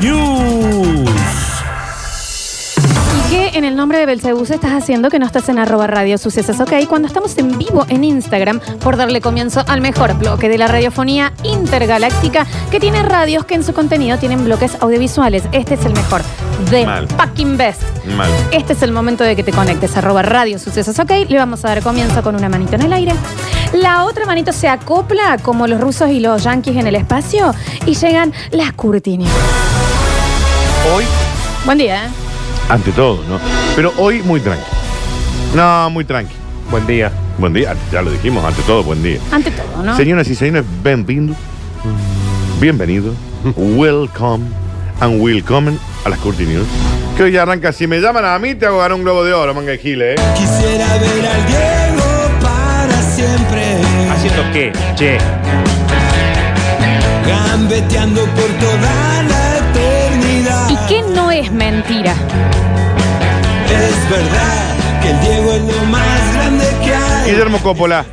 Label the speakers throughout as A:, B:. A: News.
B: ¿Y qué en el nombre de Belcebus estás haciendo que no estás en arroba radio sucesos? Ok, cuando estamos en vivo en Instagram por darle comienzo al mejor bloque de la radiofonía intergaláctica que tiene radios que en su contenido tienen bloques audiovisuales. Este es el mejor. The
C: Mal.
B: fucking best.
C: Mal.
B: Este es el momento de que te conectes arroba radio sucesos, ok. Le vamos a dar comienzo con una manito en el aire. La otra manito se acopla como los rusos y los yanquis en el espacio y llegan las curtinias.
C: Hoy,
B: Buen día, ¿eh?
C: ante todo, ¿no? Pero hoy muy tranqui. No, muy tranqui.
D: Buen día.
C: Buen día, ya lo dijimos, ante todo, buen día.
B: Ante todo, ¿no?
C: Señoras y señores, bienvenido. Bienvenido. Welcome and welcome a las Curti News. Que hoy ya arranca. Si me llaman a mí, te hago ganar un globo de oro, manga de giles, ¿eh?
E: Quisiera ver al Diego para siempre.
D: ¿Haciendo qué? Che.
E: Gambeteando por toda la eternidad.
B: ¿Y qué no es mentira?
E: Es verdad que el Diego es lo más grande que hay.
C: Guillermo Coppola,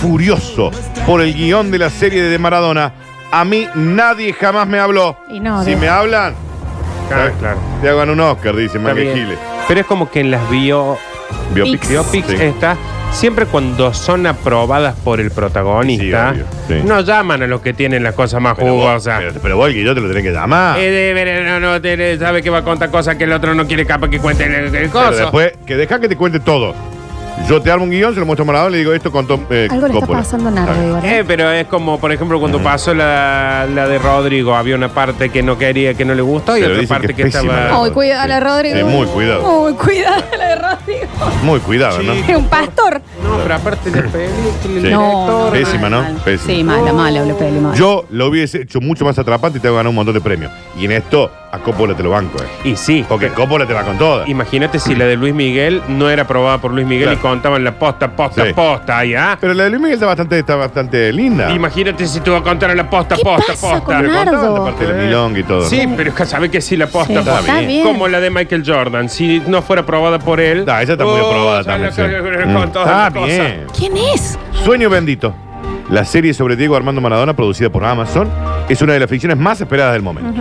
C: furioso por el guión de la serie de Maradona. A mí nadie jamás me habló.
B: Y no,
C: si
B: de-
C: me hablan,
D: Ah, claro.
C: te hago ganar un Oscar, dice
D: Está
C: manga de
D: bien.
C: giles.
D: Pero es como que en las bio,
C: Biopics.
D: biopics
C: Sí.
D: está. Siempre cuando son aprobadas por el protagonista,
C: Sí, obvio, sí.
D: no llaman a los que tienen la cosa más
C: Pero vos, ah.
D: jugosa.
C: pero, pero vos, el Guillermo, te lo tenés que llamar.
D: Oh, Eh, de- de- no, no, te- sabe que va a contar cosas que el otro no quiere capaz que cuente el, el
C: Pero
D: coso.
C: después, que deja que te cuente todo. Yo te armo un guión, se lo muestro a Maradona y le digo esto con Tom eh,
B: Algo le está
C: Coppola.
B: pasando a Nardo,
C: Está
B: digo, ¿no?
D: Eh, pero es como, por ejemplo, cuando pasó la, la de Rodrigo, había una parte que no quería, que no le gustó y
C: Pero
D: otra
C: dicen
D: parte
C: que
D: que,
C: es pésima
D: estaba.
C: la-
B: Uy, cuidado,
C: Sí,
B: Rodrigo.
C: sí, muy cuidado.
B: Uy, cuidado, la de Rodrigo.
C: bien. Muy cuidado, ¿no?
B: Es un pastor.
D: No, pero aparte la película,
C: Sí.
D: el director,
C: Pésima, ¿no?
B: mal.
C: Pésima.
B: Sí, mala, mala, la peli, mala.
C: Yo lo hubiese hecho mucho más atrapante y te hago ganar un montón de premios. Y en esto, a Coppola te lo banco, eh.
D: Y sí.
C: Porque Coppola te va con toda.
D: Imagínate si la de Luis Miguel no era aprobada por Luis Miguel
C: Claro.
D: y contaban la posta, posta,
C: Sí.
D: posta, ahí, ¿ah?
C: Pero la de Luis Miguel está bastante, está bastante linda.
D: Imagínate si tú contaran la posta,
B: ¿Qué
D: posta,
B: pasa
D: posta.
B: con
C: Pero
B: Nardo?
C: contaban la parte de la milonga y todo.
D: Sí,
C: ¿no?
D: pero es que sabe que sí la posta,
B: Sí,
D: posta.
C: está
B: bien.
D: Como la de Michael Jordan, si no fuera aprobada por él.
C: Ah, esa está muy
D: Oh,
C: aprobada
D: ya la
C: también. sí.
D: con-
C: Mm.
D: con todas
C: Está
D: las cosas.
C: bien.
B: ¿Quién es?
C: Sueño Bendito, la serie sobre Diego Armando Maradona producida por Amazon, es una de las ficciones más esperadas del momento.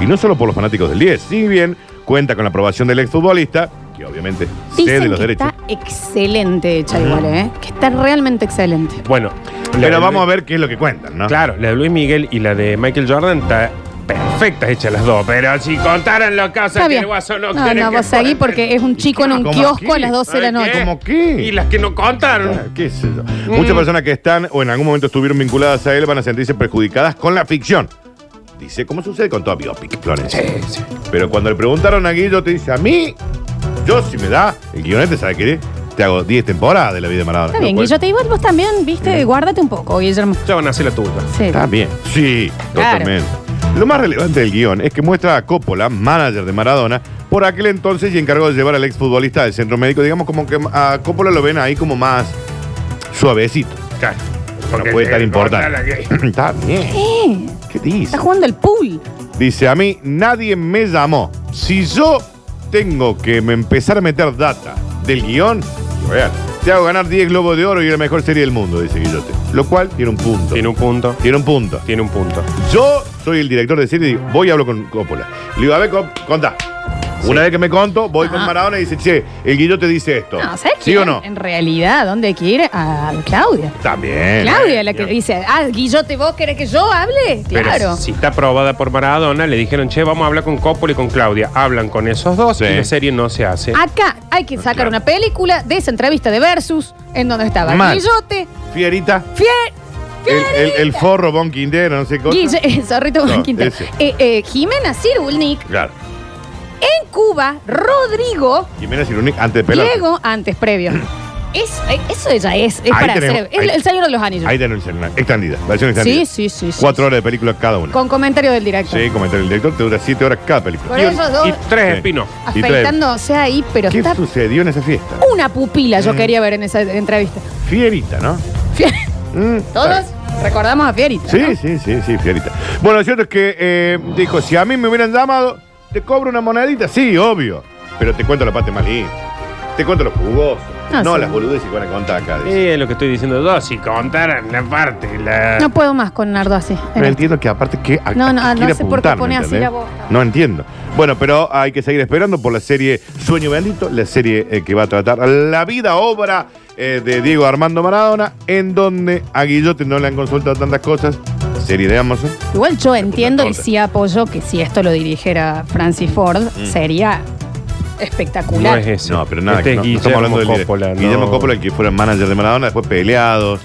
C: Y no solo por los fanáticos del 10, si bien cuenta con la aprobación del exfutbolista, que obviamente cede
B: Dicen
C: los
B: que
C: derechos.
B: está excelente hecha igual, ¿eh? Que está realmente excelente.
D: Bueno, la de
C: Pero vamos a
D: Luis-
C: ver qué es lo que cuentan, ¿no?
D: Claro, la de Luis Miguel y la de Michael Jordan está perfectas hechas las dos. Pero si contaran la casa
B: Está
D: que
B: bien.
D: el guaso no,
B: No,
D: quiere
B: no,
D: que
B: vos seguí
D: cuente.
B: porque es un chico en un
C: ¿Cómo
B: kiosco a
C: aquí?
B: las 12 de la
D: ¿Sabe
B: noche.
D: qué?
C: ¿Cómo qué?
D: Y las que no contaron.
C: ¿Qué sé yo? Muchas
B: Mm.
C: personas que están o en algún momento estuvieron vinculadas a él van a sentirse perjudicadas con la ficción. Dice, ¿cómo sucede con toda biopic, Florencia? Pero cuando le preguntaron a Guillo, te dice, a mí, yo si me da, el guionete sabe qué, te hago 10 temporadas de la vida de Maradona.
B: Está bien,
C: Lo cual-
B: Guillote, igual vos también, viste, guárdate un poco, Guillermo.
D: Ya van a hacer la tuya.
B: Sí.
C: Mm. Está bien. Sí,
B: Claro.
C: totalmente. Lo más relevante del guión es que muestra a Coppola, manager de Maradona, por aquel entonces y encargado de llevar al exfutbolista del centro médico, digamos como que a Coppola lo ven ahí como más suavecito.
D: Claro.
C: no puede estar importante. Está bien.
B: Eh,
C: ¿Qué dice?
B: está jugando el pool.
C: Oh. Dice, a mí nadie me llamó. Si yo tengo que me empezar a meter data del guión, que vean, te hago ganar 10 globos de oro y la mejor serie del mundo, dice Guillote. Lo cual tiene un punto.
D: Tiene un punto.
C: Tiene un punto.
D: Tiene un punto.
C: Yo soy el director de serie y digo, voy y hablo con Coppola. Le digo, a ver, Cop- contá. Una vez que me conto, voy con
B: Ah.
C: Maradona y dice, che, el Guillote dice esto.
B: No, ¿sabes
C: ¿Sí
B: quién?
C: o no?
B: En realidad, ¿dónde quiere? A Claudia.
C: También.
B: Claudia, la que dice, ah, Guillote, ¿vos querés que yo hable? Claro.
D: Pero si está aprobada por Maradona, le dijeron, che, vamos a hablar con Coppola y con Claudia. Hablan con esos dos
C: Sí.
D: y la serie no se hace.
B: Acá hay que sacar una película de esa entrevista de Versus, en donde estaba
C: Mal.
B: Guillote,
C: Fierita.
B: Fier,
C: El, el- el forro Bon Quintero, no sé qué.
B: Guille, eh, Zorrito
C: No,
B: Quintana.
C: ese.
B: Eh, eh, Jimena Cirulnik,
C: Claro.
B: en Cuba, Rodrigo,
C: Jimena Cirunic, antes de pelar.
B: Diego, antes previo. Es- eh, eso ya es. Es
C: Ahí
B: para
C: tenemos,
B: hacer. es
C: ahí-
B: el Señor de los Anillos.
C: Ahí tenés el celular. Extendida, versión extendida.
B: Sí, sí, sí, sí.
C: Cuatro horas de película cada una.
B: Con comentario del director.
C: Sí, comentar el director, te dura siete horas cada película.
B: Por eso dos
D: Y tres
C: Sí.
D: espinos.
C: y trae-
B: afeitándose ahí, pero
C: ¿Qué Mm.
B: está
C: sucedió en esa fiesta?
B: una pupila yo quería ver en esa entrevista.
C: Fierita, ¿no?
B: Fier-
C: Mm,
B: Todos
C: está
B: recordamos a Fierita.
C: bien.
B: ¿no?
C: Sí, sí, sí, sí, Fierita. Bueno, lo cierto es que eh, dijo, si a mí me hubieran llamado, te cobro una monedita. Sí, obvio. Pero te cuento la parte malita. Te cuento los jugosos.
B: Ah,
C: no
B: sí.
C: las boludeces que van a contar acá. dice.
D: Eh, lo que estoy diciendo dos, si contaran la parte, la...
B: No puedo más con Nardo así.
C: No entiendo que aparte que a-
B: No, no,
C: a-
B: no
C: quiere
B: sé por qué
C: apuntar, ¿me
B: pone así
C: entendés?
B: la boca.
C: No entiendo. Bueno, pero hay que seguir esperando por la serie Sueño Bendito, la serie eh, que va a tratar la vida obra eh, de Diego Armando Maradona, en donde a Guillote no le han consultado tantas cosas. Serie de Amazon.
B: Igual yo entiendo y
C: torta.
B: sí apoyo que si esto lo dirigiera Francis Ford sería
D: No
B: espectacular.
D: es ese.
C: Mm. No, pero nada,
D: Este es
C: no, no
D: Guillermo
C: estamos hablando del
D: Coppola. no.
C: Guillermo Coppola, el que fuera manager de Maradona, después peleados.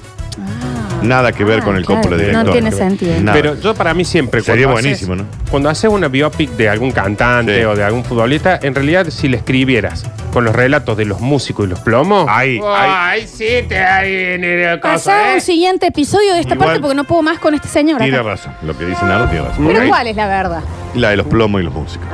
C: Nada que ver
B: Ah,
C: con el
B: claro,
C: Coppola director.
B: No tiene sentido.
C: Nada.
D: Pero yo para mí siempre...
C: Sería
D: cuando haces-
C: buenísimo, ¿no?
D: Cuando haces una biopic de algún cantante
C: Sí.
D: o de algún futbolista, en realidad si le escribieras con los relatos de los músicos y los plomos...
C: Ahí,
D: oh,
C: ahí.
D: ahí sí te hay en el
B: Pasá
D: cosa,
B: a
D: ¿eh?
B: un siguiente episodio de esta
C: Igual-
B: parte porque no puedo más con este señor.
C: Tiene
B: acá.
C: razón. Lo que dice Nardo tiene razón.
B: Pero
C: Porque-
B: ¿cuál es la verdad?
C: La de los plomos y los músicos.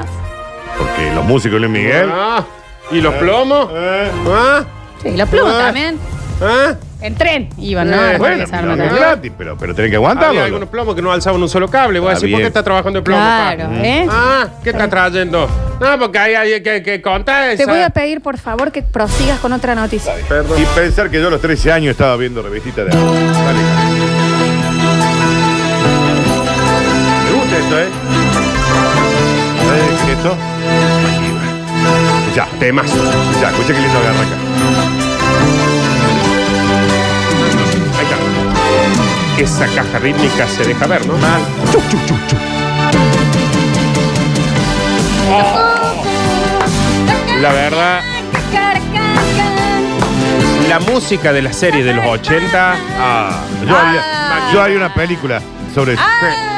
C: Porque los músicos Luis Miguel.
D: Ah, ¿Y los plomos?
C: Eh,
D: ¿Ah?
B: Sí, la pluma
D: Ah.
B: también.
D: ¿Ah?
B: En tren iban, Ah, ¿no?
D: Eh,
B: Ahora
C: bueno,
B: que se arma
C: no,
B: la-
C: es gratis, pero, pero tienen que aguantarlo.
D: Había algunos plomos que no alzaban un solo cable. Voy a
C: Está
D: decir, ¿por
C: bien.
D: qué está trabajando el plomo? pa?
B: Claro, ¿eh?
D: Ah, ¿qué estás trayendo? No, porque hay alguien que, que contar
B: Te
D: esa-
B: voy a pedir, por favor, que prosigas con otra noticia.
D: Perdón.
C: Y pensar que yo a los 13 años estaba viendo revistita de amor. Dale. Me gusta esto, ¿eh? ¿Sabes qué es esto? Ya,
D: Temas.
C: ya, escucha qué lindo agarra acá.
D: Ahí está. Esa caja rítmica se deja ver, ¿no?
C: Mal. Chu, chu, chu, chu.
D: La verdad, la música de la serie de los 80.
C: Ah, yo,
B: Ah.
C: había, yo había una película sobre eso.
B: Ah,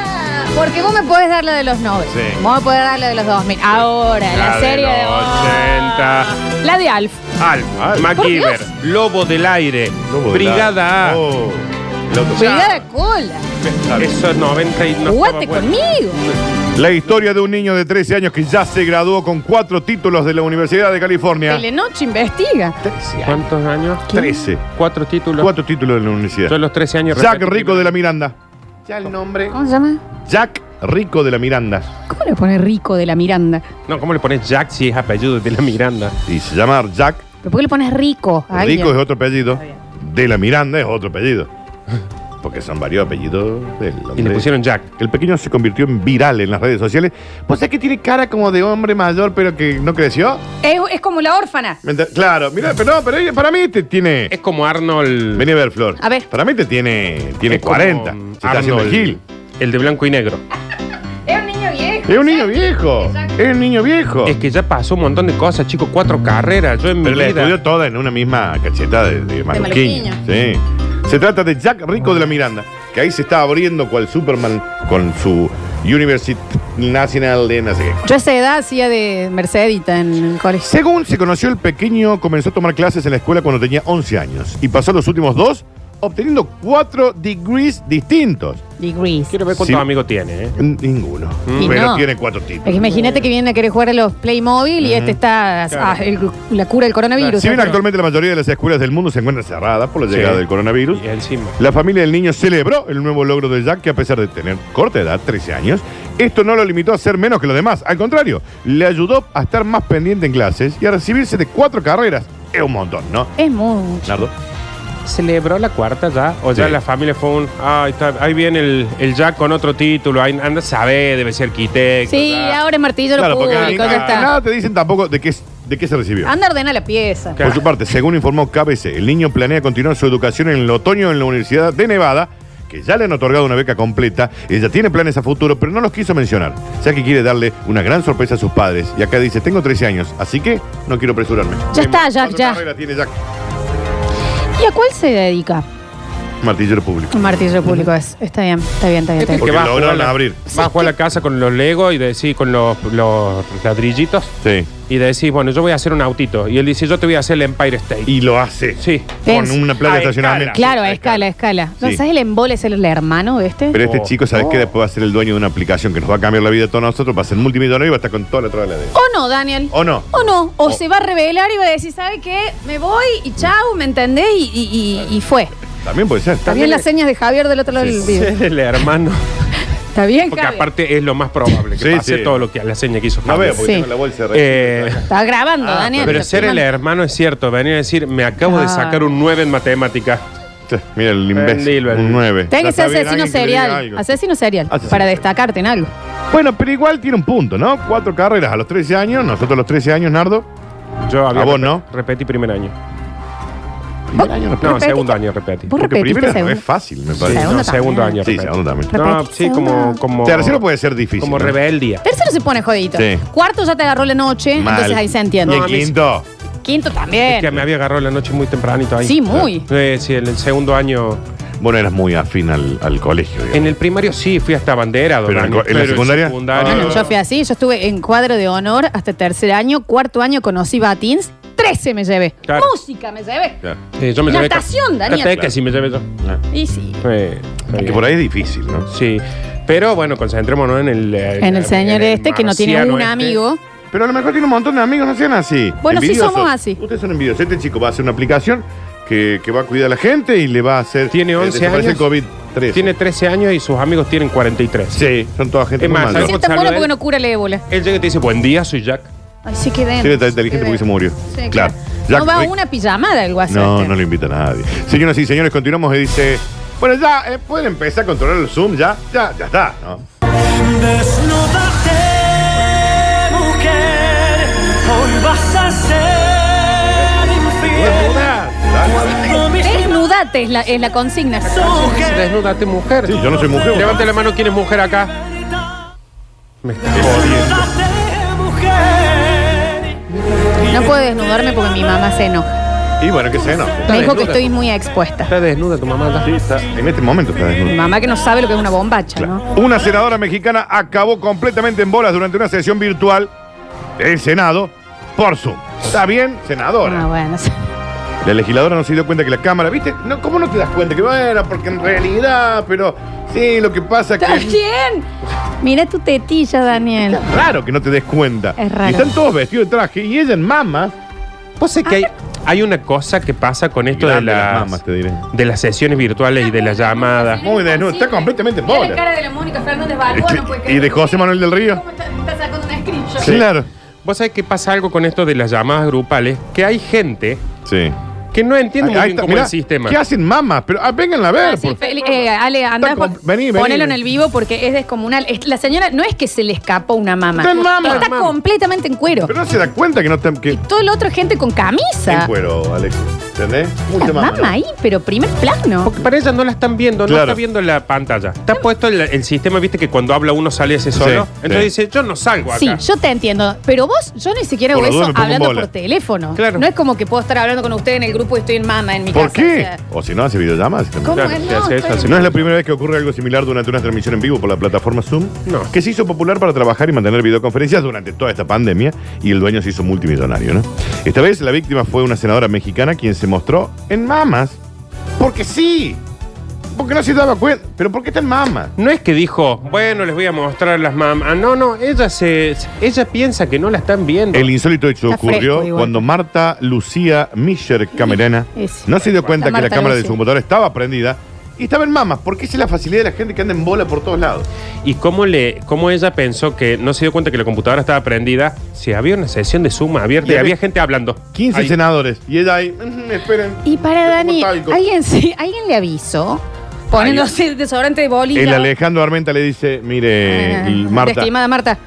B: Porque vos me podés dar la de los 90.
C: Sí.
B: Vos me podés dar la de los 2000. Ahora, la,
D: La de
B: serie de,
D: los 80.
B: La de Alf.
D: Alf,
C: Alf.
B: Por
D: MacGyver,
B: Dios.
D: Lobo del Aire,
C: Lobo de
D: Brigada
C: la-
D: A.
C: Oh, la otra-
B: Brigada Cola.
D: Eso es 90 y no
B: Jugate
D: estaba bueno.
B: conmigo.
C: La historia de un niño de 13 años que ya se graduó con cuatro títulos de la Universidad de California.
B: Telenoche investiga.
C: 13 años.
D: ¿Cuántos años?
C: 13.
D: Cuatro títulos.
C: Cuatro títulos de la
D: Yo a
C: universidad.
D: los 13 años.
C: Jack
D: repetí
C: Rico
D: que-
C: de la Miranda. Ya el nombre.
B: ¿Cómo se llama?
C: Jack Rico de la Miranda.
B: ¿Cómo le pone Rico de la Miranda?
D: No, ¿cómo le pones Jack si es apellido de la Miranda?
C: Y se llama Jack.
B: ¿Pero ¿Por qué le pones Rico a alguien?
C: Rico es otro apellido. De la Miranda es otro apellido. Porque son varios apellidos del
D: Y le
C: hombre.
D: pusieron Jack.
C: El pequeño se convirtió en viral en las redes sociales. ¿Vos sabés que tiene cara como de hombre mayor pero que no creció?
B: Es, es como la órfana.
C: ¿Me ent- Claro, mira, pero no, pero ella- para mí te tiene...
D: Es como Arnold.
C: Mm. Vení a ver, Flor.
B: A ver.
C: Para mí te tiene, tiene
D: es como mm,
C: 40. Se está haciendo el
D: Arnold,
C: Gil.
D: El de blanco y negro.
B: Es un niño viejo.
C: Es un niño viejo. Es un niño viejo.
D: Es que ya pasó un montón de cosas, chicos. Cuatro carreras. Yo en
C: Pero
D: mi
C: la
D: vida.
C: estudió toda en una misma cacheta de, de maluquiño. Sí. Se trata de Jack Rico de la Miranda, que ahí se está abriendo cual Superman con su University National de no sé qué.
B: Yo a esa edad hacía de Mercedita en el colegio.
C: Según se conoció, el pequeño comenzó a tomar clases en la escuela cuando tenía 11 años y pasó los últimos dos obteniendo cuatro degrees distintos.
B: Degrees.
D: Quiero ver
C: Sí.
D: cuántos amigos tiene, ¿eh?
C: N- Ninguno.
B: Y
C: Pero
B: no.
C: tiene cuatro
B: Es que
C: títulos.
B: imagínate que viene a querer jugar a los Playmobil y este está ah, el- la cura del coronavirus.
C: Si bien
B: Otro.
C: actualmente la mayoría de las escuelas del mundo se encuentran cerradas por la
D: Sí.
C: llegada del coronavirus,
D: Y encima.
C: La familia del niño celebró el nuevo logro de Jack, que a pesar de tener corta edad, 13 años, esto no lo limitó a ser menos que los demás. Al contrario, le ayudó a estar más pendiente en clases y a recibirse de cuatro carreras. Es un montón, ¿no?
B: Es mucho.
C: Nardo.
D: ¿Celebró la cuarta ya? O ya
C: Sí.
D: la familia fue un. Ah, ahí, está, ahí viene el, el Jack con otro título. Ahí anda, sabe, debe ser arquitecto.
B: Sí,
D: ya.
B: ahora es martillo lo
C: ni-
B: público, ya está.
C: nada te dicen tampoco de qué, de qué se recibió.
B: Anda, ordena la pieza.
C: Por su parte, según informó KBC, el niño planea continuar su educación en el otoño en la Universidad de Nevada, que ya le han otorgado una beca completa. Ella tiene planes a futuro, pero no los quiso mencionar, ya que quiere darle una gran sorpresa a sus padres. Y acá dice, tengo 13 años, así que no quiero apresurarme.
B: Ya está, Jack,
C: ¿Cuántas
B: ya.
C: carreras tiene Jack?
B: ¿Y a cuál se dedica?
C: Martillero público.
B: Un martillo público es. Está bien, está bien, está bien. Está bien.
C: Porque
D: Este va a
C: lograron
D: jugar la-
C: abrir.
D: Va a jugar a la casa con los Legos y decir con los, los ladrillitos.
C: Sí.
D: y decís, bueno, yo voy a hacer un autito. Y él dice, yo te voy a hacer el Empire State.
C: Y lo hace.
D: Sí.
C: Con una plaza de
D: A
C: estacionamiento.
D: escala.
B: Claro, a escala, a escala. ¿No
C: Sí.
B: sabes el embole es el hermano este?
C: Pero este
D: Oh.
C: chico, ¿sabes qué? Después va a ser el dueño de una aplicación que nos va a cambiar la vida a todos nosotros, va a ser multimillonario y va a estar con toda la otra de la
B: O no, Daniel.
C: ¿O no?
B: O no. O se va a revelar y va a decir, ¿sabe qué? Me voy y chau, ¿me entendés? Y, y- y- y fue.
C: También puede ser.
B: Está bien las señas de Javier del otro lado del video.
D: Ser el hermano.
B: Está bien,
D: Porque
B: Javier.
D: aparte es lo más probable que
C: Sí,
D: pase
C: sí.
D: todo lo que la seña que hizo
C: No
D: Javier.
C: veo, porque
B: Sí.
C: tengo la bolsa de
D: Eh,
B: Está grabando,
C: Ah,
B: Daniel.
D: pero
B: está
D: ser el
B: filmando.
D: hermano es cierto. Venir a decir, me acabo de
B: Ah.
D: sacar un 9 en matemáticas.
C: rechazos. Mira el imbécil.
D: Vendí,
C: Un
D: vendí.
C: 9.
B: Tenés que ser
C: Está
B: asesino
C: bien, alguien que le diga
B: serial.
C: algo.
B: Asesino serial.
C: Asesino
B: Para
C: serial.
B: destacarte en algo.
C: Bueno, pero igual tiene un punto, ¿no? Cuatro carreras a los 13 años. Nosotros a los 13 años, Nardo.
D: Yo había
C: ¿A vos
D: repet-
C: no?
D: repetí primer año.
C: Primer año no.
D: No,
B: ¿Repetiste?
D: segundo año repetí.
B: ¿Vos
C: Porque
B: repetiste
C: primero no
B: segundo?
C: es fácil, me
D: Sí,
C: parece.
B: Segundo
D: no, segundo
B: también.
D: año.
C: Sí,
D: repetí.
C: segundo también.
D: No,
B: Repetí
D: sí, como,
B: segundo.
D: como.
C: Tercero puede ser difícil.
D: Como
C: ¿no?
D: rebeldía.
B: Tercero se pone jodidito.
C: Sí.
B: Cuarto ya te agarró la noche,
C: Mal.
B: entonces ahí se
C: Y
B: entiende.
C: el
D: No, a mí sí.
C: quinto.
B: Quinto también.
D: Que me había agarrado la noche muy tempranito ahí.
B: Sí, muy.
D: Eh, sí, en el segundo año.
C: Bueno, eras muy afín al, al colegio. digamos.
D: En el primario sí, fui hasta bandera.
C: Pero en el co- en la secundaria-
B: No, no,
C: Ah.
B: yo fui así, yo estuve en cuadro de honor hasta tercer año, cuarto año conocí Batins, 13 me llevé.
D: Claro.
B: Música me llevé.
C: Claro.
D: Sí, yo me llevé-
B: Natación, Daniel.
D: Hasta que sí me llevé yo.
B: Y sí.
D: Eh, está
C: Que
D: bien.
C: por ahí es difícil, ¿no?
D: Sí. Pero bueno, concentrémonos en el. eh,
B: En el señor
D: en el
B: este que no tiene
D: marciano
B: un
D: este.
B: amigo.
C: Pero a lo mejor tiene un montón de amigos, no sean así.
B: Bueno, sí somos así.
C: Ustedes son envidiosos. Este chico va a hacer una aplicación que, que va a cuidar a la gente y le va a hacer.
D: Tiene
C: eh,
D: 11
C: desaparece
D: años.
C: el COVID-13.
D: Tiene 13 años y sus amigos tienen 43.
C: Sí, son toda gente
D: Es
C: muy
D: más,
C: mayor.
B: Así
D: Gonzalo,
B: es tan bueno
D: él-
B: porque no cura la ébola.
D: Él llega y te dice, buen día, soy Jack.
B: Así que ven.
C: Sí, está inteligente porque se murió.
B: Sí,
C: Claro.
B: claro.
C: Jack
B: no va a
C: Rick-
B: una pijamada el guaso.
C: No,
B: este.
C: no lo invita a nadie. Señoras y señores, continuamos y dice. Bueno, ya, eh, pueden empezar a controlar el Zoom, ya, ya, ya está, ¿no?
F: Desnúdate, mujer, hoy vas a ser infiel.
B: Desnudate es la, es la consigna.
D: Dice, Desnúdate, mujer.
C: Sí, yo no soy mujer.
D: Levante la mano, ¿quién es mujer acá? Me está jodiendo.
F: Desnúdate, mujer.
B: No puedo desnudarme porque mi mamá se enoja.
C: Y bueno, que se enoje.
B: Me dijo que
D: desnuda.
B: estoy muy expuesta.
D: Está desnuda tu mamá. ya.
C: Sí, está. En este momento está desnudo.
B: Mi mamá que no sabe lo que es una bombacha, ¿no?
C: Una senadora mexicana acabó completamente en bolas durante una sesión virtual del Senado por Zoom. ¿Está bien, senadora?
B: Ah, bueno. sí.
C: La legisladora no se dio cuenta que la Cámara, ¿viste? No, ¿Cómo no te das cuenta? Que bueno, porque en realidad, pero sí, lo que pasa es
B: ¿Está
C: que...
B: bien? Mira tu tetilla, Daniel.
C: Es raro que no te des cuenta.
B: Es raro.
C: Y están todos vestidos de traje y ella en mamas.
D: Vos sé que hay, hay una cosa que pasa con esto de
C: Grande las
D: las,
C: mamas, te diré.
D: de las sesiones virtuales y de las llamadas.
C: Muy desnudo, está completamente en
B: Mira la
C: bolas.
B: cara de la Mónica Fernández Balboa, no puede
C: Y de José Manuel del Río.
B: ¿Cómo está, está sacando un screenshot?
C: Claro.
D: Vos sabés que pasa algo con esto de las llamadas grupales, que hay gente
C: Sí.
D: que no entiende muy
C: Ahí
D: bien
C: está,
D: cómo
C: mirá,
D: es el sistema.
C: ¿Qué hacen mamas? Pero ah, vénganla a
B: Ah,
C: ver.
B: sí,
C: por-
B: Feli- eh, Ale, andá,
C: Está con-
B: pon-
C: vení, vení,
B: ponelo en
C: vení.
B: el vivo porque es descomunal. Es- La señora no es que se le escapó una mama.
C: Está en mama,
B: Está
C: mama.
B: completamente en cuero.
C: Pero no se da cuenta que no están... Que...
B: Todo el otro es gente con
C: En
B: camisa.
C: cuero, Alex. ¿Entendés? Mucha
B: La mama ahí, pero primer plano.
D: Porque para ella no la están viendo, no
C: Claro.
D: está viendo la pantalla. Está puesto el, el sistema, viste, que cuando habla uno sale ese solo.
C: Sí,
D: Entonces
C: sí.
D: dice, yo no salgo acá.
B: Sí, yo te entiendo. Pero vos, yo ni siquiera
C: Por
B: hago
C: las
B: eso
C: dudas me pongo en
B: hablando
C: bola.
B: por teléfono.
D: Claro.
B: No es como que puedo estar hablando con usted en el grupo y estoy en mama en mi casa. o
C: ¿Por qué?
B: sea,
C: O si no, hace videollamadas.
B: ¿Cómo
D: Claro,
B: es?
D: te
B: No,
D: hace eso,
B: está
D: hace-
B: bien.
C: No es la primera vez que ocurre algo similar durante una transmisión en vivo por la plataforma Zoom,
D: No.
C: que se hizo popular para trabajar y mantener videoconferencias durante toda esta pandemia y el dueño se hizo multimillonario, ¿no? Esta vez la víctima fue una senadora mexicana quien se mostró en mamas. Porque sí. Porque no se daba cuenta. Pero ¿por qué está en mamas?
D: No es que dijo, bueno, les voy a mostrar las mamás. No, no, ella se, ella piensa que no la están viendo.
C: El insólito hecho
B: Está fresco
C: ocurrió
B: igual.
C: cuando Marta Lucía Mischer Camerena
B: Es-
C: no se dio cuenta
B: La
C: que la
B: Marta
C: cámara de
B: Lucía.
C: su computadora estaba prendida y estaba en mamas, porque esa es la facilidad de la gente que anda en bola por todos lados.
D: Y cómo le, cómo ella pensó que no se dio cuenta que la computadora estaba prendida, si había una sesión de suma abierta
C: Y
D: y
C: había
D: había gente hablando.
C: 15
D: Ahí.
C: senadores y ella ahí, "Mm, esperen.
B: Y para
C: Yo
B: Dani,
C: como talco.
B: ¿alguien, sí, ¿alguien le avisó? Poniéndose desodorante de bolilla.
C: El Alejandro Armenta le dice, mire,
B: Ah,
C: y Marta,
B: Estimada Marta.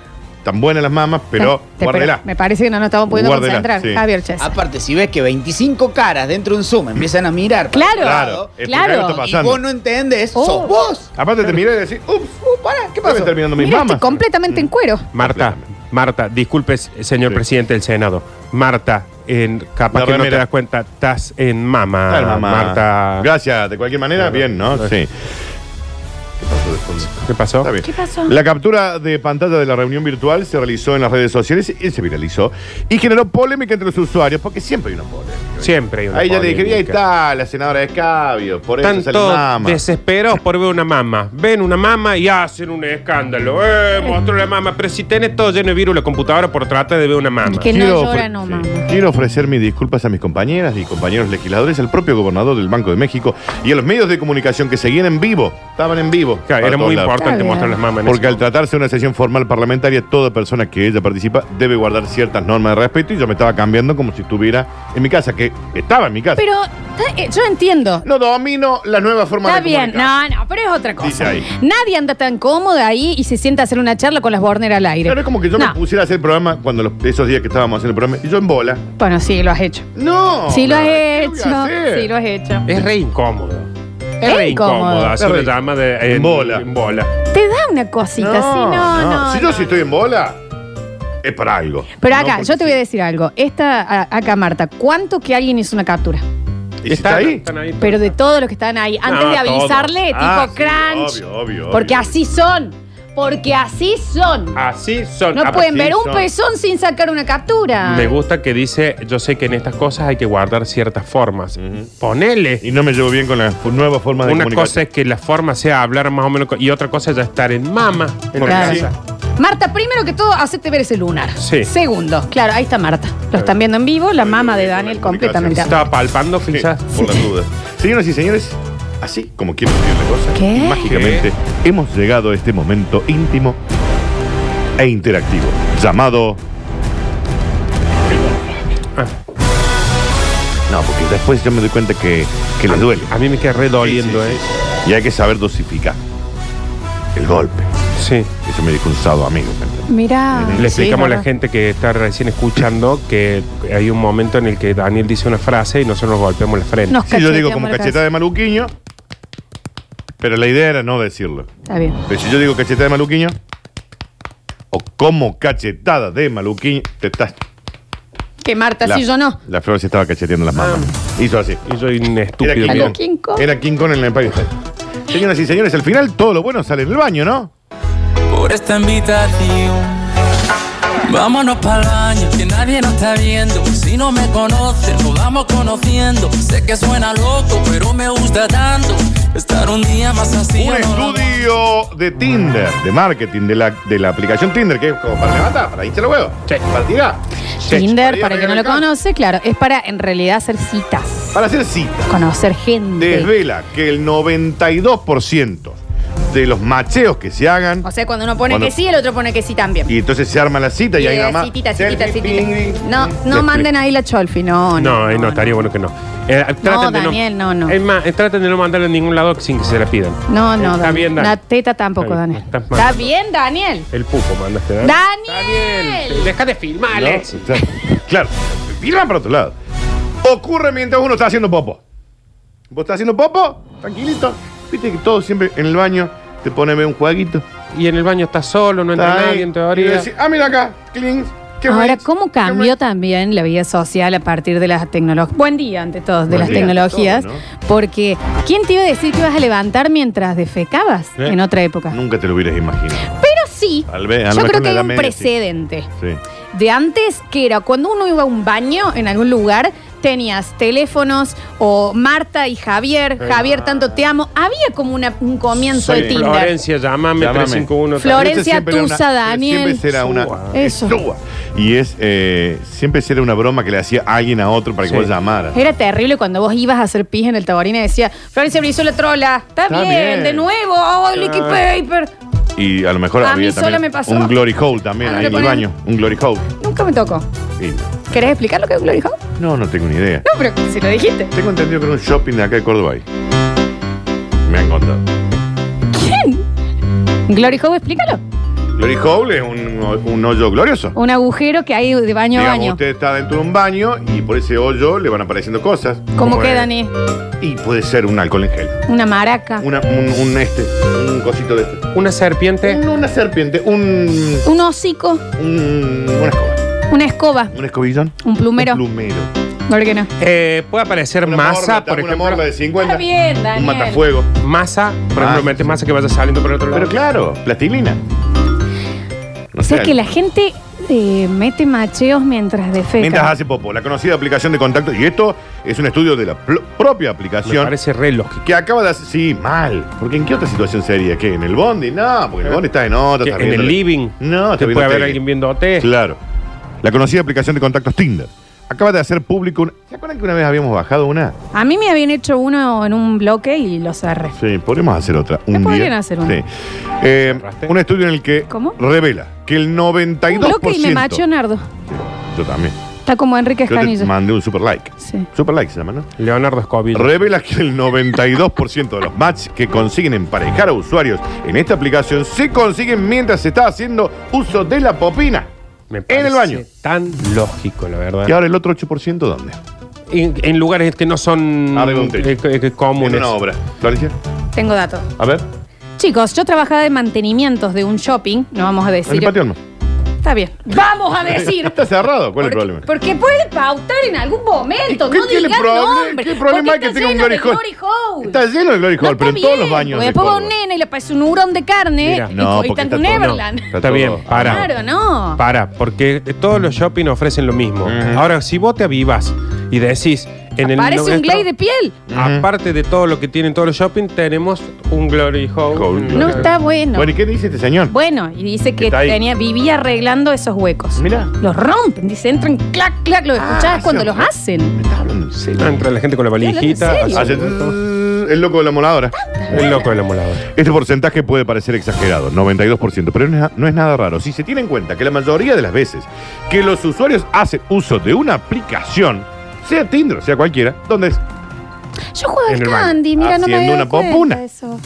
C: tan buenas las mamas, pero
B: Te- te-
C: guárdela.
B: pero Me parece que no nos estamos pudiendo
C: Guárdela,
B: concentrar.
C: sí.
B: Javier Chess.
G: Aparte, si ves que 25 caras dentro de un Zoom empiezan a mirar. para
B: Claro,
G: otro
C: Claro,
G: lado,
B: claro.
C: claro.
G: Y vos no entendés, sos vos.
C: Aparte te mira y decís, ups,
G: Uh, pará, ¿qué
C: ¿qué me
G: pasó?
C: están mirando mis
B: Mira, estoy
C: mamas? Mm.
B: completamente en cuero.
D: Marta, Marta, disculpe, señor
C: Sí.
D: presidente del Senado. Marta, en, capaz
C: La
D: que no te
C: remera.
D: das cuenta, estás en mama,
C: Ah, Claro, mamá.
D: Marta.
C: Gracias, de cualquier manera, bien, ¿no? Sí. ¿Qué pasó?
D: ¿Qué pasó?
C: Está bien.
B: ¿Qué pasó?
C: La captura de pantalla de la reunión virtual se realizó en las redes sociales y se viralizó y generó polémica entre los usuarios, porque siempre hay una polémica.
D: Siempre hay una
C: Ahí ya le dije,
D: polémica.
C: ahí está, la senadora de Escabio, por eso sale
D: Tanto
C: mama.
D: desesperados por ver una mama. Ven una mama y hacen un escándalo. ¡Eh, mostró la mama! Pero si tenés todo lleno de virus la computadora por tratar de ver una mama.
B: Que no
C: Quiero
B: llora,
C: ofre-
B: no,
C: sí.
B: mamá.
C: Quiero ofrecer mis disculpas a mis compañeras y compañeros legisladores, al propio gobernador del Banco de México y a los medios de comunicación que seguían en vivo. Estaban en vivo.
D: Claro,
C: para
D: era
C: todos
D: muy
C: lados.
B: Está
D: importante
B: bien.
D: mostrar las mamas. en
C: Porque
D: ese
C: al tratarse de una sesión formal parlamentaria, toda persona que ella participa debe guardar ciertas normas de respeto y yo me estaba cambiando como si estuviera en mi casa, que estaba en mi casa.
B: Pero ta- eh, yo entiendo.
C: no domino la nueva forma
B: Está
C: de
B: bien,
C: comunicar.
B: no, no, pero es otra
C: Dice
B: cosa.
C: ahí.
B: Nadie anda tan cómoda ahí y se sienta a hacer una charla con las Borner al aire.
C: Claro, es como que yo me
B: No.
C: pusiera a hacer el programa cuando los- esos días que estábamos haciendo el programa y yo en bola.
B: Bueno, sí, lo has hecho.
C: No.
B: sí, lo has
C: ¿qué voy a
B: hecho.
C: hacer?
B: Sí, lo has hecho.
D: Es re incómodo. Es
B: Es
D: re incómodo.
B: incómodo.
D: Hacer
C: Es
D: una
C: re-
D: llama de,
C: En bola.
D: En bola.
B: Te da una cosita, sí, no, no.
C: Si yo
B: no.
C: sí estoy en bola, es para algo.
B: Pero
C: No,
B: acá,
C: porque
B: yo te voy a
C: sí.
B: decir algo. Esta, a- acá, Marta, ¿cuánto que alguien hizo una captura?
C: ¿Y si está ahí?
D: están todos.
B: Pero de todos los que estaban ahí, antes
D: No,
B: de
D: todos.
B: avisarle,
C: Ah,
B: tipo
C: sí,
B: crunch.
C: obvio, obvio,
B: Porque
C: obvio.
B: así son. Porque así son.
D: Así son.
B: No
D: Ah,
B: pueden
C: sí
B: ver un
C: son.
B: pezón sin sacar una captura.
D: Me gusta que dice, yo sé que en estas cosas hay que guardar ciertas formas. Ponele.
C: Y no me llevo bien con la f- nueva forma de
D: Una
C: comunicar.
D: cosa es que la forma sea hablar más o menos co- y otra cosa es ya estar en mama en la
B: Claro.
D: casa.
B: Marta, primero que todo, hacete ver ese lunar.
D: Sí.
B: Segundo, claro, ahí está Marta. Lo están viendo en vivo, la mamá de Daniel completamente.
D: Estaba palpando
C: Sí,
D: quizás.
C: por las dudas. Señoras y señores, así como quiero decir la cosa,
B: ¿Qué?
C: y mágicamente hemos llegado a este momento íntimo e interactivo llamado.
D: Ah.
C: No, porque después yo me doy cuenta que, que les duele.
D: A mí me queda re doliendo, ¿eh?
C: Sí, sí, sí. Y hay que saber dosificar el golpe.
D: ¿eh? Sí.
C: Eso me dijo un sábado amigo. ¿me entendés?
B: Mirá.
D: Le explicamos a
B: Sí,
D: la gente que está recién escuchando que hay un momento en el que Daniel dice una frase y nosotros nos golpeamos la frente.
B: Nos
C: Sí, yo digo
B: cacheteamos
C: como
B: la casa.
C: cachetada de maluquiño, pero la idea era no decirlo.
B: Está bien.
C: Pero si yo digo cachetada de maluquiño, o como cachetada de maluquiño, te estás.
B: Que Marta,
C: la-
B: sí, yo no. Ah.
C: La flor se estaba cacheteando las mamas. Hizo así.
D: Y yo un
C: Era
D: estúpido.
C: King,
D: que-
B: Algo
C: Kong.
B: King Kong.
C: Era King Kong en el Empire State. Señoras y señores, al final todo lo bueno sale del baño, ¿no?
E: Por esta invitación. Vámonos para el baño, que nadie nos está viendo. Si no me conocen, nos vamos conociendo. Sé que suena loco, pero me gusta tanto estar un día más así.
C: Un
E: yo no lo
C: estudio de Tinder, de marketing, de la, de la aplicación Tinder, que es como para levantar, para hinchar los huevos.
D: Sí.
C: Para tirar.
B: Tinder,
C: Sí.
B: para que no lo
C: Acá.
B: conoce, claro, es para en realidad hacer citas,
C: Para hacer cita.
B: conocer gente.
C: desvela que el 92% de los macheos que se hagan
B: O sea, cuando uno pone
C: Cuando-
B: que sí, el otro pone que sí también.
C: y entonces se arma la cita y,
B: Y,
C: ahí
B: eh,
C: nada más
B: citita, citita,
C: selfie,
B: citita.
C: ping, ping.
B: No,
C: Les
B: no manden
C: explico.
B: ahí la cholfi, no.
D: No, eh, no, estaría bueno que no. Eh, traten de
B: Daniel, no, no.
D: Es más, eh, traten de no mandarle a ningún lado sin que se la pidan. Eh,
B: No, no,
D: Está
B: Daniel.
D: bien, Daniel.
B: La teta tampoco,
D: Está bien,
B: Daniel.
D: estás mal.
B: Está bien, Daniel.
D: El pupo mandaste, ¿verdad?
B: ¡Daniel!
D: Deja de filmar, eh.
C: ¿No?
D: Alex.
C: O sea, Claro, firma para otro lado. Ocurre mientras uno está haciendo popo. ¿Vos estás haciendo popo? Tranquilito. Viste que todos siempre en el baño te ponen un jueguito.
D: Y en el baño está solo, no entra
C: Está ahí.
D: nadie en
C: Y
D: teoría.
C: decís, ah, mira acá, clink. qué
B: Ahora,
C: bonito,
B: ¿cómo
C: qué
B: cambió también la vida social a partir de las tecnologías? Buen día, ante todo, de
C: Buen
B: las
C: día.
B: tecnologías.
C: Todo,
B: Porque, ¿quién te iba a decir que ibas a levantar mientras defecabas
C: ¿Eh?
B: en otra época?
C: bonito? Nunca te lo hubieras imaginado.
B: Pero sí,
C: Tal vez, a lo
B: yo
C: mejor
B: creo
C: en la
B: que hay
C: Edad
B: un
C: Media, sí.
B: precedente.
C: Sí.
B: de antes, que era cuando uno iba a un baño en algún lugar, tenías teléfonos o Marta y Javier, Javier, tanto te amo. Había como una- un comienzo
C: Sí.
B: de Tinder.
D: Florencia, llamame
C: Llámame.
D: 351.
B: Flor- Florencia
C: Ese este siempre era una-
B: Tusa, Daniel.
C: Siempre será una.
D: Suba.
B: Eso.
C: Suba. Y es. eh, siempre será una broma que le hacía alguien a otro para que
D: Sí.
C: vos llamaras.
B: Era terrible cuando vos ibas a hacer pis en el taborín y decía, Florencia Brizola trola, está
C: Está
B: bien,
C: bien.
B: de nuevo, oh, el liquid paper.
C: Y a lo mejor
B: A
C: había
B: mí sola
C: también
B: me pasó.
C: un glory hole también
B: A mí
C: ahí
B: me
C: en el
B: ponen-
C: baño. Un glory hole.
B: Nunca me tocó.
C: Y-
B: ¿Querés explicar lo que es Glory Hole?
C: no, no tengo ni idea.
B: No, pero si lo dijiste.
C: Tengo entendido que era un shopping de acá de Córdoba. ahí. Me han contado.
B: Glory Hole, explícalo.
C: Glory hole es un, un hoyo glorioso.
B: Un agujero que hay de baño a
C: Digamos,
B: baño.
C: usted está dentro de un baño y por ese hoyo le van apareciendo cosas. eh,
B: ¿Cómo
C: que,
B: queda, Dani?
C: Y puede ser un alcohol en gel.
B: Una maraca.
C: Una- un, un este, un cosito de este.
D: Una serpiente.
C: Un- Una serpiente, un
B: Un hocico,
C: Un, una escoba.
B: una escoba,
C: Un escobillón.
B: un plumero.
C: Un plumero.
B: ¿Por qué no?
D: Eh, puede aparecer
C: Una
D: masa,
C: morla,
D: por
C: una
D: ejemplo.
C: morla de 50.
B: Está bien,
C: un
B: Daniel.
C: matafuego.
D: Masa, por
C: Masa.
D: ejemplo, metes masa que vaya saliendo por el otro lado.
C: Pero claro, plastilina. No
B: O sea
C: sé,
B: que la gente eh, mete macheos mientras defeca.
C: Mientras hace popo, la conocida aplicación de contacto, y esto es un estudio de la pl- propia
D: Me
C: aplicación,
D: parece re lógico.
C: que acaba de hacer, sí, mal, porque ¿en qué otra situación sería? ¿Qué? ¿En el bondi? No, porque en el bondi está en otra.
D: Que
C: está
D: en
C: viendo-
D: el living
C: No, está
D: te
C: viendo
D: puede haber
C: tele.
D: alguien viéndote.
C: Claro. La conocida aplicación de contactos Tinder. Acaba de hacer público un... ¿Se acuerdan que una vez habíamos bajado una?
B: A mí me habían hecho uno en un bloque y lo cerré.
C: Sí, podríamos hacer otra. Un día.
B: podrían hacer una.
C: Sí. Eh, un estudio en el que
B: ¿Cómo?
C: revela que el 92%...
B: Un bloque y me macheó Nardo.
C: Yo también.
B: Está como Enrique
C: Yo te
B: Escanilla.
C: mandé un super like.
B: Sí.
C: Super like se llama, ¿no?
D: Leonardo Escobillo.
C: Revela que el 92% de los matches que consiguen emparejar a usuarios en esta aplicación se consiguen mientras se está haciendo uso de la popina.
D: Me
C: en el
D: parece
C: baño.
D: Tan lógico, la verdad.
C: Y ahora el otro 8% ¿dónde?
D: En, en lugares que no son
C: Arriba de un techo.
D: eh, que- que
C: En
D: comunes.
C: una obra. Florencia,
B: Tengo datos.
C: a ver.
B: Chicos, yo trabajaba de mantenimientos de un shopping, no vamos a
C: En el
B: decir.
C: patio no.
B: Está bien. Vamos a decir.
C: Está cerrado, ¿cuál es el
B: Porque-
C: problema?
B: Porque puede pautar en algún momento.
C: ¿Qué
B: no
C: tiene
B: digas
C: problema?
B: nombre.
C: ¿Qué problema
B: porque
C: hay que
B: está
C: tenga un
B: lleno de
C: glory hole?
B: hole.
C: Está lleno de glory hole,
B: No,
C: pero
B: está
C: en todos los
B: bien,
C: baños.
B: porque
C: de
B: Después va un
C: Córdoba.
B: nene y le parece un hurón de carne
D: Mira.
B: y,
C: No,
B: y
C: porque
B: está
C: está
B: en un
C: todo-
B: Everland.
C: no,
D: Está
C: todo-
D: bien, para.
B: Claro, no.
D: Para, porque todos los shopping ofrecen lo mismo.
C: Ujú.
D: Ahora, si vos te avivas y decís en el
B: Parece un
D: nuestro-
B: glade de piel.
D: Aparte de todo lo que tienen todos los shopping, tenemos un Glory Hole.
C: Hole.
B: No está bueno.
C: Bueno, ¿y qué dice este señor?
B: Bueno, y dice que
C: Está ahí.
B: tenía, vivía arreglando esos huecos.
C: Mirá.
B: Los rompen, dice, entran, clac, clac,
C: Ah,
B: lo escuchás
C: sí,
B: cuando los
C: hombre.
B: hacen.
C: ¿Me estás hablando en serio?
D: Entra la gente con la valijita.
B: Estoy hablando en
C: Hace
D: hace-
C: tss, el loco de la moladora.
D: El loco del emulador.
C: Este porcentaje puede parecer exagerado, 92%, pero no es, no es nada raro. Si se tiene en cuenta que la mayoría de las veces que los usuarios hacen uso de una aplicación, sea Tinder, sea cualquiera, donde es-
B: Yo juego
D: En
B: al
D: el baño,
B: candy, mira, no me
C: haciendo
B: había
C: una
B: dado cuenta
C: popuna.
B: de eso.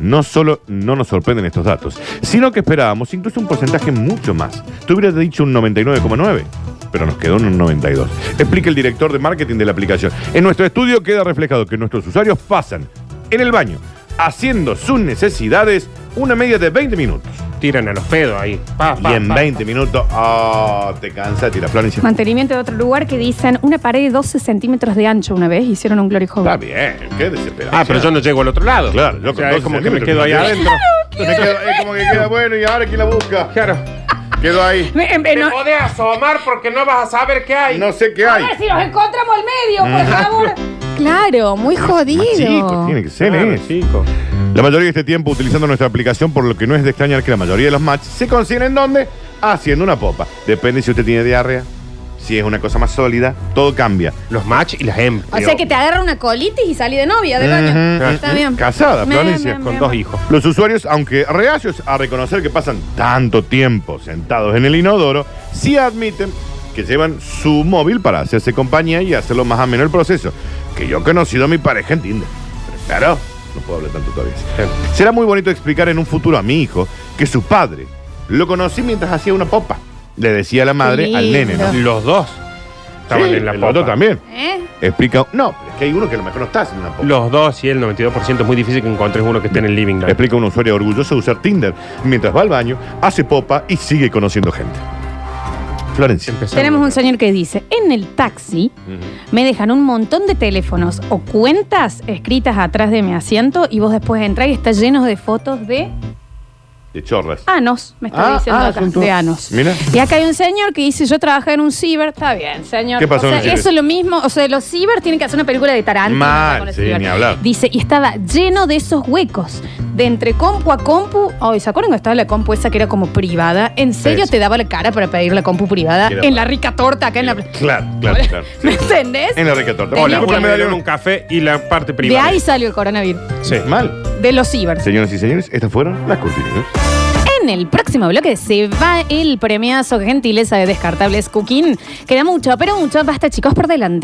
C: no solo no nos sorprenden estos datos, sino que esperábamos incluso un porcentaje mucho más. Tú hubieras dicho un 99,9, pero nos quedó en un 92. Explica el director de marketing de la aplicación. En nuestro estudio queda reflejado que nuestros usuarios pasan en el baño, haciendo sus necesidades, una media de 20 minutos.
D: Tiran a los pedos ahí. Pa, pa,
C: Y en
D: pa.
C: 20 minutos, oh, te cansa, tira Florencia.
B: Mantenimiento de otro lugar que dicen una pared de 12 centímetros de ancho una vez, hicieron un glory hole.
C: Está bien, qué desesperación.
D: Ah, pero yo no llego al otro lado.
C: Claro, yo
D: O sea,
C: con
D: es como
C: 12
D: que me quedo ahí adentro.
C: centímetros. Me quedo- es como que queda bueno y ahora quién la busca.
D: Claro.
C: Quedo ahí.
B: Me- em- em- no-
D: podés asomar porque no vas a saber qué hay.
C: No sé qué hay.
B: si los encontramos al medio, por favor. Claro, muy jodido.
C: Mm. Más chico, tiene que ser, ¿eh?
D: chico.
C: La mayoría de este tiempo utilizando nuestra aplicación, por lo que no es de extrañar que la mayoría de los matches se consiguen en donde? Haciendo una popa. Depende si usted tiene diarrea, si es una cosa más sólida, todo cambia.
D: Los match y las M.
B: O sea que te agarra una colitis y salí de novia del baño.
C: Ujú.
B: Está bien.
C: Casada,
B: Me-
C: Florencia,
B: me-
D: Con
B: me-
D: dos hijos.
C: Los usuarios, aunque reacios a reconocer que pasan tanto tiempo sentados en el inodoro, sí admiten que llevan su móvil para hacerse compañía y hacerlo más ameno el proceso. Que yo he conocido a mi pareja en Tinder. Pero claro, no puedo hablar tanto todavía. Será muy bonito explicar en un futuro a mi hijo que su padre lo conocí mientras hacía una popa. Le decía la madre al nene, ¿no?
B: lindo.
D: Los dos estaban
C: Sí,
D: en la
C: el
D: popa.
C: otro también.
B: ¿Eh?
C: Explica. No, pero es que hay uno que a lo mejor no está haciendo una popa.
D: Los dos y el 92% es muy difícil que encuentres uno que esté en el living. ¿no?
C: Explica un usuario orgulloso de usar Tinder mientras va al baño, hace popa y sigue conociendo gente. Florencia.
D: Empezamos.
B: Tenemos un señor que dice, en el taxi me dejan un montón de teléfonos o cuentas escritas atrás de mi asiento y vos después entrás y está lleno de fotos de
C: De chorras.
B: anos, me está
C: Ah,
B: diciendo
C: ah,
B: acá,
C: son todos.
B: de anos.
C: Mira.
B: Y acá hay un señor que dice, yo trabajé en un ciber, está bien, señor.
C: ¿Qué pasó
B: o
C: en
B: sea,
C: el ciber?
B: Eso es lo mismo, o sea, los ciber tienen que hacer una película de Tarantino.
C: Mal,
B: con los
C: sí,
B: ciber.
C: ni hablar.
B: Dice, y estaba lleno de esos huecos, de entre compu a compu. Ay, ¿se acuerdan que estaba la compu esa que era como privada? ¿En serio
C: Sí.
B: te daba la cara para pedir la compu privada?
C: Era
B: En
C: mal.
B: la rica torta acá en la...
C: Claro, claro, claro.
B: ¿Me entendés?
C: En la rica torta.
D: Hola,
B: Tenía
D: una
B: que-
D: me dieron un café y la parte
B: De
D: privada.
B: ahí salió el coronavirus,
D: Sí.
C: Mal.
B: de los ciber.
C: Señoras y señores, estas fueron las cortinas.
B: En el próximo bloque se va el premiazo gentileza de descartables cooking. Queda mucho, pero mucho. Basta, chicos, por delante.